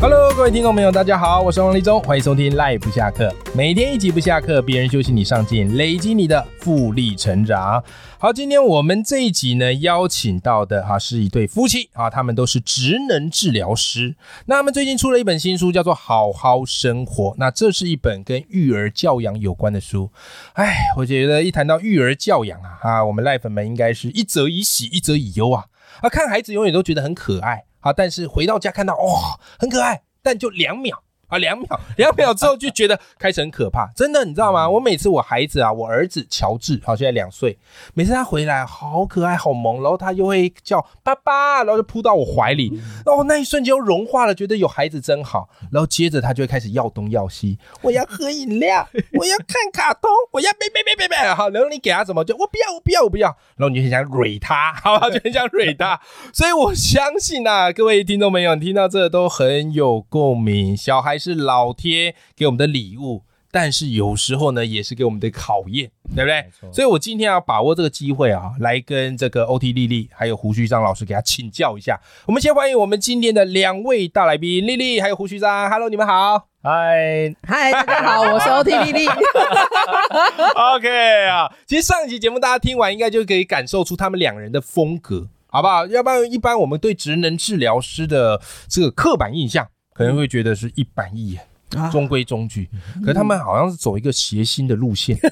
Hello，各位听众朋友，大家好，我是王立中，欢迎收听《赖不下课》，每天一集不下课，别人休息你上进，累积你的复利成长。好，今天我们这一集呢，邀请到的哈、是一对夫妻啊，他们都是职能治疗师。那他们最近出了一本新书，叫做《好好生活》，那这是一本跟育儿教养有关的书。哎，我觉得一谈到育儿教养啊，啊，我们赖粉们应该是一则以喜，一则以忧啊。啊，看孩子永远都觉得很可爱啊，但是回到家看到哦，很可爱，但就两秒啊，两秒，两秒之后就觉得开始很可怕，真的，你知道吗？我每次我孩子啊，我儿子乔治，好、现在两岁，每次他回来好可爱，好萌，然后他又会叫爸爸，然后就扑到我怀里，然后那一瞬间又融化了，觉得有孩子真好，然后接着他就会开始要东要西，我要喝饮料，我要看卡通，我要别别别别别，好，然后你给他什么就我不要我不要我不要，然后你就很想蕊他，好吧，就很想蕊他，所以我相信啊，各位听众朋友，你听到这都很有共鸣。小孩是老天给我们的礼物，但是有时候呢，也是给我们的考验，对不对？错所以我今天要把握这个机会啊，来跟这个 OT 丽丽还有胡须章老师给他请教一下。我们先欢迎我们今天的两位大来宾，丽丽还有胡须章。Hello，你们好。嗨，嗨，大家好，我是 OT 丽丽。 OK 啊，其实上一集节目大家听完，应该就可以感受出他们两人的风格，好不好？要不然一般我们对职能治疗师的这个刻板印象，可能会觉得是一板一眼。啊中规中矩，可是他们好像是走一个谐星的路线，所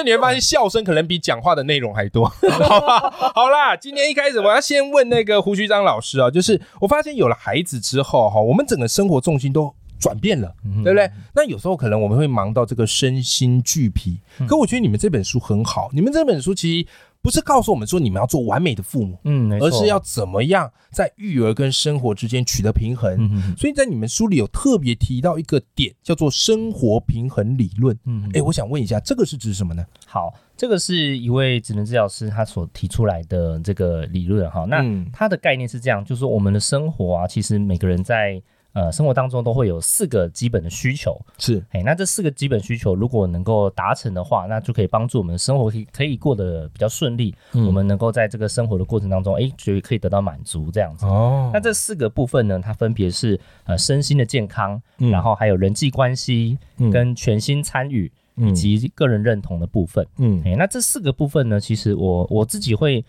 以你会发现笑声可能比讲话的内容还多，好吧？好啦，今天一开始我要先问那个胡须章老师啊，就是我发现有了孩子之后哈，我们整个生活重心都转变了，对不对？那有时候可能我们会忙到这个身心俱疲，可我觉得你们这本书很好，你们这本书其实不是告诉我们说你们要做完美的父母，嗯，没错而是要怎么样在育儿跟生活之间取得平衡。嗯所以在你们书里有特别提到一个点，叫做生活平衡理论。嗯哎，我想问一下，这个是指什么呢？好，这个是一位职能治疗师他所提出来的这个理论哈。那嗯它的概念是这样，就是我们的生活啊，其实每个人在呃生活当中都会有四个基本的需求，是哎，那这四个基本需求如果能够达成的话，那就可以帮助我们的生活可以可以过得比较顺利，嗯我们能够在这个生活的过程当中，哎，觉得可以得到满足这样子。哦那这四个部分呢，它分别是呃身心的健康，然后还有人际关系、嗯跟全心参与以嗯及个人认同的部分。嗯哎、那这四个部分呢，其实我我自己会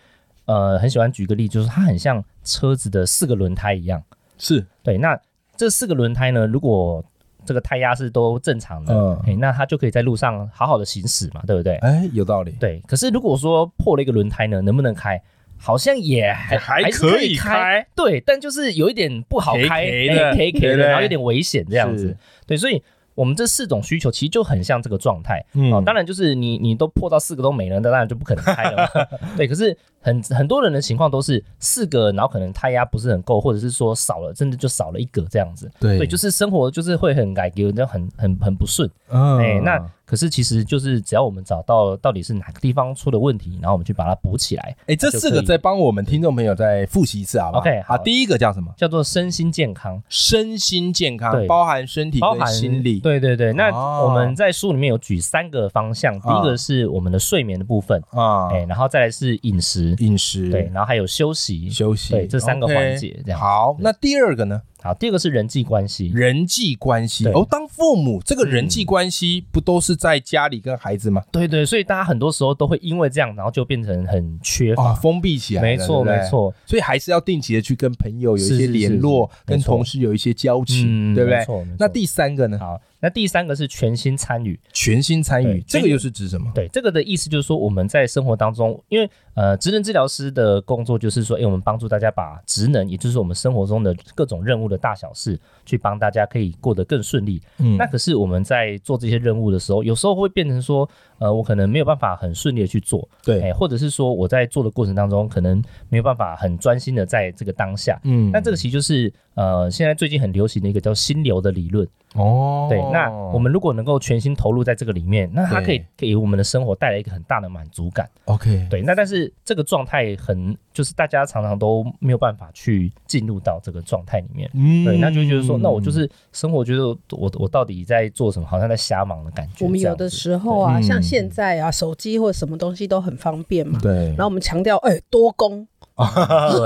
呃很喜欢举个例，就是它很像车子的四个轮胎一样。是对，那这四个轮胎呢，如果这个胎压是都正常的，嗯哎、那它就可以在路上好好的行驶嘛，对不对？哎有道理，对，可是如果说破了一个轮胎呢，能不能开？好像也还还是可可以开，对，但就是有一点不好赔开，赔的哎对赔赔不的，对然后有点危险这样是子，对，所以我们这四种需求其实就很像这个状态。嗯哦，当然就是你你都破到四个都没了，那当然就不可能开了 嘛。对，可是很很多人的情况都是四个，然后可能胎压不是很够，或者是说少了，真的就少了一个这样子。对对，就是生活就是会很改革，就很很很不顺。嗯哎、那可是其实就是只要我们找到到底是哪个地方出了问题，然后我们去把它补起来，哎这就四可个以再帮我们听众朋友再复习一次好不好 OK，好，好第一个叫什么？叫做身心健康，身心健康对包含身体包跟含心理，对对对，那哦嗯我们在书里面有举三个方向，第一个是我们的睡眠的部分，啊哎、，然后再来是饮食，饮食对，然后还有休息。休息，对这三个 OK 环节这样好，那第二个呢？好，第二个是人际关系，人际关系对哦，当父母这个人际关系不都是在家里跟孩子吗？对对，所以大家很多时候都会因为这样，然后就变成很缺啊，乏。封闭起来了，嗯没错对不对没，错，所以还是要定期的去跟朋友有一是些是是联络，是跟没错同事有一些交情，嗯对不没对？错没错那第三个呢？好，那第三个是全心参与。全心参与对，这个又是指什么？对，这个的意思就是说，我们在生活当中，因为呃，职能治疗师的工作就是说，诶，我们帮助大家把职能，也就是我们生活中的各种任务的大小事，去帮大家可以过得更顺利。嗯那可是我们在做这些任务的时候，有时候会变成说，呃，我可能没有办法很顺利的去做，诶，对，哎或者是说我在做的过程当中，可能没有办法很专心的在这个当下。嗯那这个其实就是呃，现在最近很流行的一个叫心流的理论。哦，对，那我们如果能够全心投入在这个里面，那它可以对给我们的生活带来一个很大的满足感。 OK，对，那但是这个状态很就是大家常常都没有办法去进入到这个状态里面。嗯对，那就会觉得说，那我就是生活，觉得我我到底在做什么，好像在瞎忙的感觉。我们这样有的子时候啊，对像嗯现在啊，手机或者什么东西都很方便嘛。对，然后我们强调，哎，多功，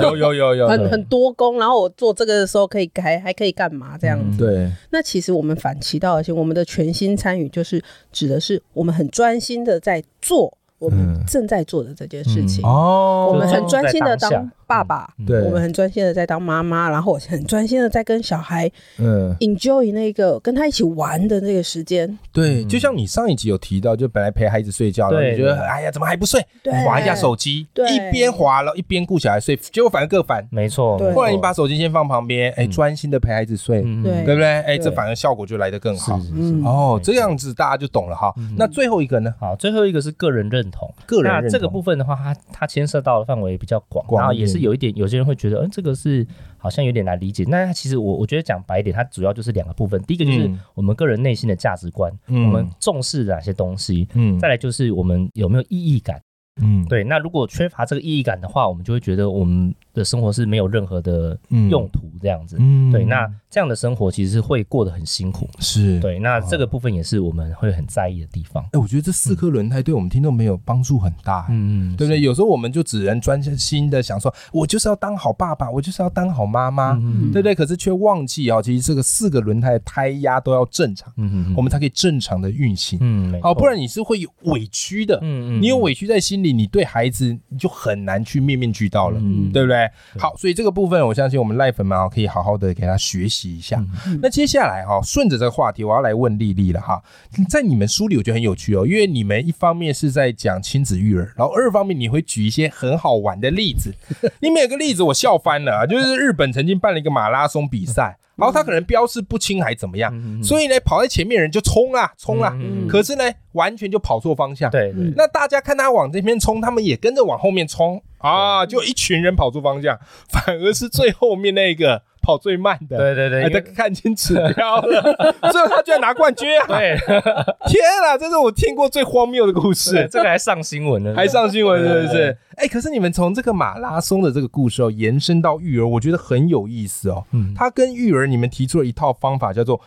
有有有 有很有很多功。然后我做这个的时候可以还还可以干嘛这样子？对，那其实我们反其道而行，我们的全心参与就是指的是我们很专心的在做我们嗯正在做的这件事情。哦我们很专心的就是在当当下爸爸，嗯对我们很专心的在当妈妈，然后我很专心的在跟小孩嗯， enjoy 那个跟他一起玩的那个时间。对，就像你上一集有提到，就本来陪孩子睡觉，然后嗯对你觉得哎呀，怎么还不睡？对划一下手机，对一边划了一边顾小孩睡，结果反而各反。没错，对没错不然你把手机先放旁边，哎，嗯专心的陪孩子睡，嗯对对不对？哎，这对反而效果就来得更好是。是是嗯，哦，没这错样子大家就懂了哈。那最后一个呢？好，最后一个是个人认同。个人那认这个同部分的话，它它牵涉到的范围比较广，广然后一也是点有一点，有些人会觉得，嗯、这个是好像有点难理解。那它其实我我觉得讲白一点，它主要就是两个部分，第一个就是嗯我们个人内心的价值观，嗯我们重视哪些东西，嗯再来就是我们有没有意义感。嗯对，那如果缺乏这个意义感的话，我们就会觉得我们的生活是没有任何的嗯用途这样子。嗯对，那这样的生活其实是会过得很辛苦。是。对，那哦这个部分也是我们会很在意的地方。哎，我觉得这四颗轮胎对我们听众朋友帮助很大。哎嗯，对不对？有时候我们就只能专心的想说，我就是要当好爸爸，我就是要当好妈妈，嗯对不对？可是却忘记哦，其实这个四个轮胎的胎压都要正常，嗯我们才可以正常的运行。嗯，没哦，错不然你是会有委屈的，嗯嗯，你有委屈在心里，你对孩子你就很难去面面俱到了。嗯对不对？好，所以这个部分我相信我们赖粉们啊，可以好好的给他学习一下。嗯那接下来哈、顺着这个话题，我要来问丽丽了哈。在你们书里，我觉得很有趣哦，因为你们一方面是在讲亲子育儿，然后二方面你会举一些很好玩的例 子。你们有个例子我笑翻了啊，就是日本曾经办了一个马拉松比赛，然后他可能标示不清还怎么样，嗯嗯嗯嗯所以呢跑在前面的人就冲啊冲啊，嗯嗯嗯可是呢完全就跑错方向。对对那大家看他往这边冲，他们也跟着往后面冲啊，就一群人跑出方向，反而是最后面那个跑最慢的，对对对，哎，因他为看清指标了， 最后他居然拿冠军啊！ 对 天啊，这是我听过最荒谬的故对，事，这个还上新闻了，还上新闻是不对对是？哎，可是你们从这个马拉松的这个故事哦，延伸到育儿，我觉得很有意思哦。嗯它跟育儿，你们提出了一套方法，叫做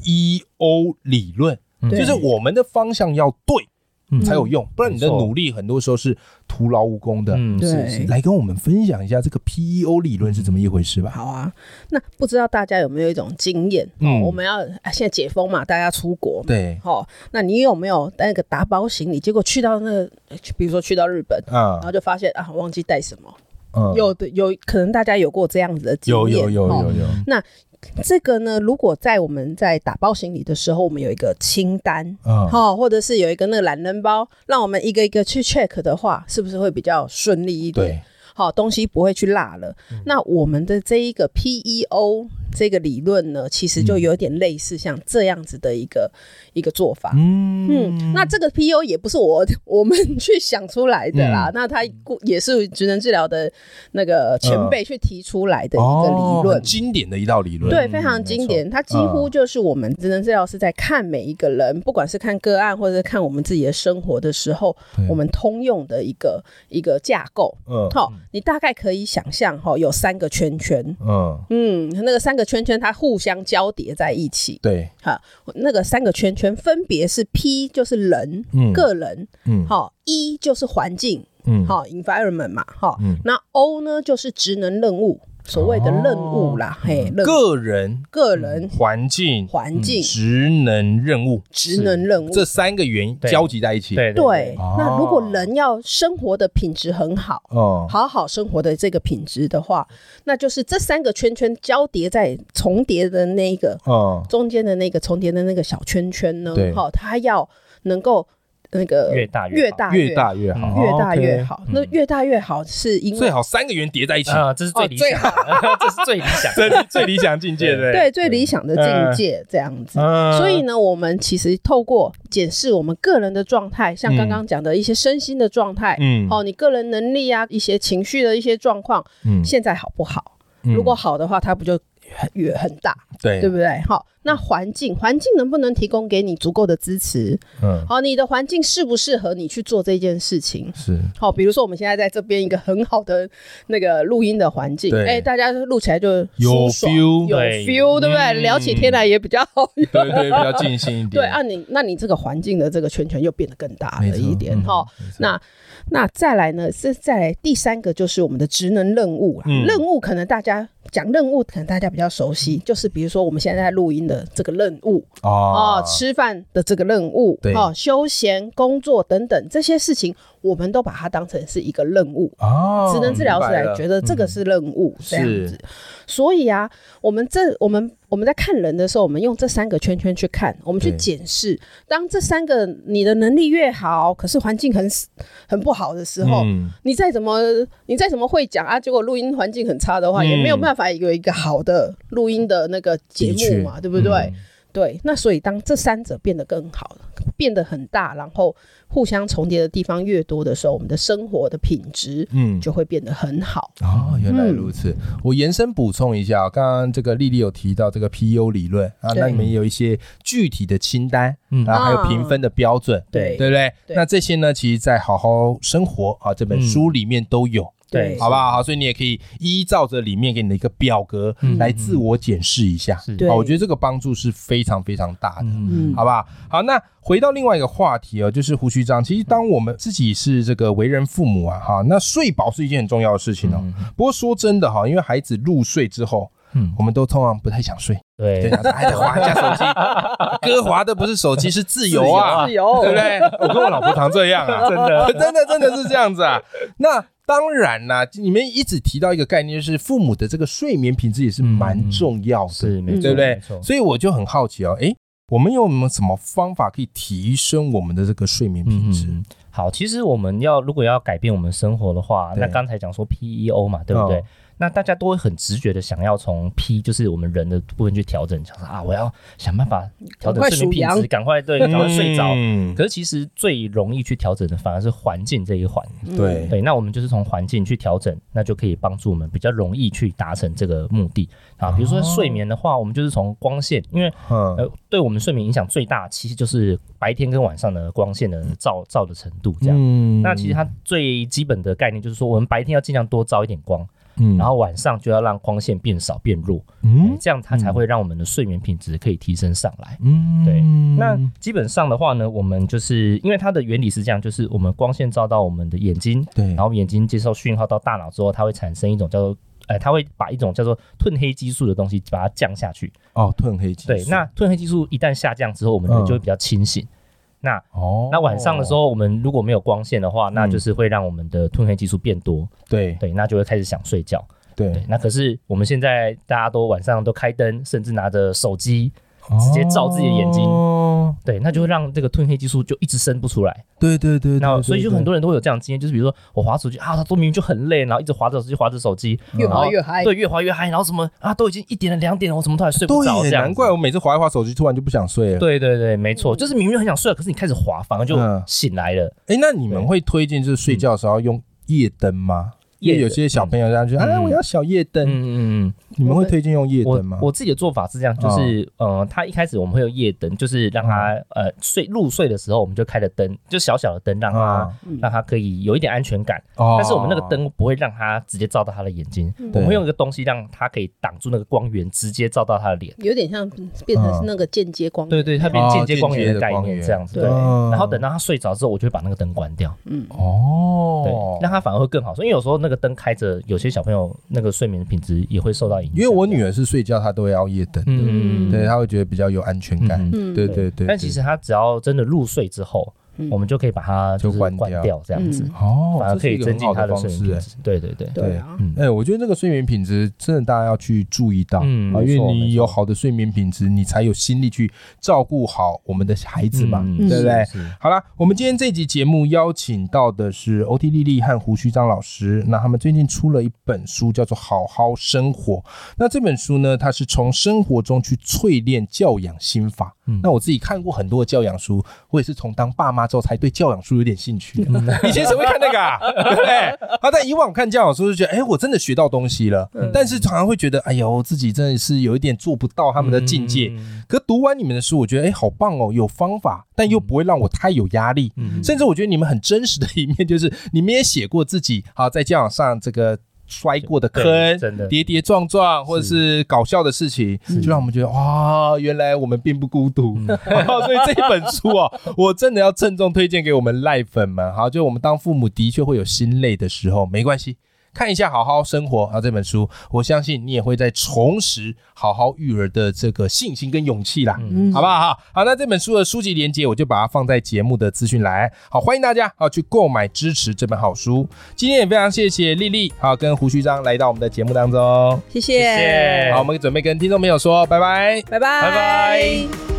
PEO 理论，对就是我们的方向要对，嗯才有用，不然你的没错努力很多时候是徒劳无功的。嗯是是对来跟我们分享一下这个 PEO 理论是怎么一回事吧。好啊，那不知道大家有没有一种经验？嗯哦，我们要、啊现在解封嘛，大家出国。。对，哦，那你有没有那个打包行李？结果去到那个，呃比如说去到日本，啊然后就发现啊，忘记带什么。嗯，有的有，可能大家有过这样子的经有验。有有哦有有，这个呢，如果在我们在打包行李的时候，我们有一个清单，嗯，哦，或者是有一个那个懒人包，让我们一个一个去 check 的话，是不是会比较顺利一点？对，嗯好、东西不会去落了。那我们的这一个 PEO 这个理论呢，其实就嗯有点类似像这样子的一个、一个做法。嗯，嗯那这个 PO 也不是我我们去想出来的啦，嗯那他也是职能治疗的那个前辈去提出来的一个理嗯哦论，很经典的一道理论，对，嗯非常经典。它几嗯乎就是我们职能治疗师在看每一个人，不管是看个案或者是看我们自己的生活的时候对，我们通用的一个一个架构。嗯好、你大概可以想象，哈、有三个圈圈，嗯，嗯，那个三个圈圈它互相交叠在一起，对，哈、那个三个圈圈分别是 P 就是人，嗯个人，嗯好、一就是环境，嗯好、environment 嘛，哈、嗯那 O 呢就是职能任务，所谓的任务啦，嘿，任务哦个人、个人环境、环境、职能、任务职能任务。嗯这三个元对交集在一起，，对对，那如果哦人要生活的品质很好，哦，好好生活的这个品质的话，那就是这三个圈圈交叠在重叠的那一个哦，中间的那个重叠的那个小圈圈呢对，好，它要能够那个越大越好越大越大越好，越哦大越 OK，嗯好。嗯那越大越好是因最为好三个圆叠在一起，啊，这是最理想的， 这是最理想 的。这最理想境界，对不对最理想的境界这样子。嗯所以呢，我们其实透过检视我们个人的状态，像刚刚讲的一些身心的状态，嗯哦，你个人能力啊，一些情绪的一些状况，嗯现在好不好？嗯如果好的话，它不就很也很大，对嗯对不对？好，那环境环境能不能提供给你足够的支持？嗯，好，你的环境适不适合你去做这件事情？是好，比如说我们现在在这边一个很好的那个录音的环境，对哎，大家录起来就有舒爽 feel 有对 feel，对不对？嗯聊起天来也比较好对对，比较尽心一点。对啊你，那你这个环境的这个圈圈又变得更大没了错一点嗯哈、没错那那再来呢？是再来第三个就是我们的职能任务啦。嗯任务可能大家讲任务，可能大家比较熟悉，就是比如说我们现在在录音的这个任务哦、哦，吃饭的这个任务对哦，休闲、工作等等这些事情，我们都把它当成是一个任务。哦，职能治疗师来觉得得这个是任务，这样嗯是子。所以啊，我们这我们我们在看人的时候，我们用这三个圈圈去看，我们去对检视。当这三个你的能力越好，可是环境很死很不好的时候，嗯，你再怎么你再怎么会讲啊，结果录音环境很差的话，嗯也没有办法有一个好的录音的那个节的确嗯目嘛，对不对？对，那所以当这三者变得更好，变得很大，然后互相重叠的地方越多的时候，我们的生活的品质嗯，就会变得很好。哦，原来如此。我延伸补充一下哦，刚刚这个丽丽有提到这个 PU 理论啊，对那你们有一些具体的清单，啊嗯然后还有评分的标准，对对不对？对那这些呢，其实在《好好生活》啊这本书里面都有。对好不好？好，所以你也可以依照着里面给你的一个表格嗯来自我检视一下。是对好，我觉得这个帮助是非常非常大的。嗯嗯，好不好？好，那回到另外一个话题哦，就是胡须章。其实当我们自己是这个为人父母啊，哈，那睡饱是一件很重要的事情哦。不过说真的哈，因为孩子入睡之后，嗯，我们都通常不太想睡，对，对，想啊说哎，等滑一下手机， 哥滑的不是手机，是自由 啊，自由对不对？我跟我老婆常这样啊，真 的，真的真的是这样子啊。那当然啦，你们一直提到一个概念，就是父母的这个睡眠品质也是蛮重要的，是没错，对不对没错？所以我就很好奇哦，诶，我们有没有什么方法可以提升我们的这个睡眠品质？嗯好，其实我们要如果要改变我们生活的话，对那刚才讲说 PEO 嘛，对不对？哦那大家都会很直觉的想要从 P，就是我们人的部分去调整，想说啊，我要想办法调整赶快睡眠数品质，羊赶快对，赶快睡着。嗯可是其实最容易去调整的反而是环境这一环，嗯对对，那我们就是从环境去调整，那就可以帮助我们比较容易去达成这个目的啊。比如说睡眠的话，我们就是从光线，因为嗯呃，对我们睡眠影响最大，其实就是白天跟晚上的光线的照照的程度这样。嗯那其实它最基本的概念就是说，我们白天要尽量多照一点光，嗯然后哎晚上就要让光线变少变弱，嗯这样它才会让我们的睡眠品质可以提升上来。嗯对那基本上的话呢，我们就是因为它的原理是这样，就是我们光线照到我们的眼睛，对，然后眼睛接受讯号到大脑之后，它会产生一种叫做，呃，它会把一种叫做褪黑激素的东西把它降下去。哦，褪黑激素对，那褪黑激素一旦下降之后，我们人就会比较清醒。那嗯哦，嗯那晚上的时候，我们如果没有光线的话，那就是会让我们的褪黑激素变多，对对，那就会开始想睡觉。对对，，那可是我们现在大家都晚上都开灯，甚至拿着手机，直接照自己的眼睛哦对，那就会让这个褪黑激素就一直生不出来。对对对，那对所以就很。多人都会有这样的经验，就是比如说我滑手机啊，他都明明就很累，然后一直滑着手机，滑着手机，越然后跑越嗨。对，越滑越嗨，然后什么啊，都已经一点了两点了，我怎么都还睡不对着？对这耶，样难子怪我每次滑一滑手机，突然就不想睡了。，对对对，没错，就是明明很想睡，可是你开始滑，反而就嗯醒来了。哎，那你们会推荐就是睡觉的时候要用夜灯吗？因为有些小朋友这样就啊，嗯我要小夜灯，嗯嗯你们会推荐用夜嗯，我灯吗？啊我自己的做法是这样，就是呃，他一开始我们会有夜灯，就是让他啊呃睡入睡的时候，我们就开了灯，就小小的灯，让啊他嗯让他可以有一点安全感。哦但是我们那个灯不会让他直接照到他的眼睛，嗯我们会用一个东西让他可以挡住那个光源，直接照到他的脸。有点像变成是那个间接光，对对，它变哦间接光间接源的的概光念源这样子。对对，嗯然后等到他睡着之后，我就会把那个灯关掉。嗯，哦对，，让他反而会更好睡，因为有时候那个灯开着，有些小朋友那个睡眠品质也会受到影响。因为我女儿是睡觉她都要夜灯，嗯，嗯嗯，对，她会觉得比较有安全感。嗯嗯对对对，但其对实他只要真的入睡之后，嗯我们就可以把它就就是关掉关掉，这样子嗯，哦，反而可以这是一增个进很他好的的睡方眠式品哎。质。对对对，对啊，嗯哎，我觉得这个睡眠品质真的大家要去注意到嗯啊，因没为错没你错有好的睡眠品质，你才有心力去照顾好我们的孩子嘛，嗯对不对？是是好啦，我们今天这集节目邀请到的是 OT 丽丽和胡须章老师。那他们最近出了一本书，叫做《好好生活》。那这本书呢，它是从生活中去淬炼教养心法。嗯那我自己看过很多的教养书，我也是从当爸妈之后才对教养书有点兴 趣。以前谁会看那个啊？对不对？他在以往看教养书就觉得，哎，我真的学到东西了，嗯但是常常会觉得，哎呦，自己真的是有一点做不到他们的境界。嗯可读完你们的书，我觉得哎，好棒哦，有方法，但又不会让我太有压力。嗯甚至我觉得你们很真实的一面，就是你们也写过自己好在教养上这个摔过的对坑。真的，嗯跌跌撞撞，或者是搞笑的事情，就让我们觉得哇，原来我们并不孤独。 嗯所以这本书 哦，我真的要郑重推荐给我们赖粉们。好，就我们当父母的确会有心累的时候，没关系，看一下《好好生活》啊这本书，我相信你也会在重拾好好育儿的这个信心跟勇气啦。嗯好不好？好，好，那这本书的书籍连接我就把它放在节目的资讯栏，好，欢迎大家好去购买支持这本好书。今天也非常谢谢丽丽好跟胡须章来到我们的节目当中，谢谢谢谢，好，我们准备跟听众朋友说拜拜。拜拜，拜拜。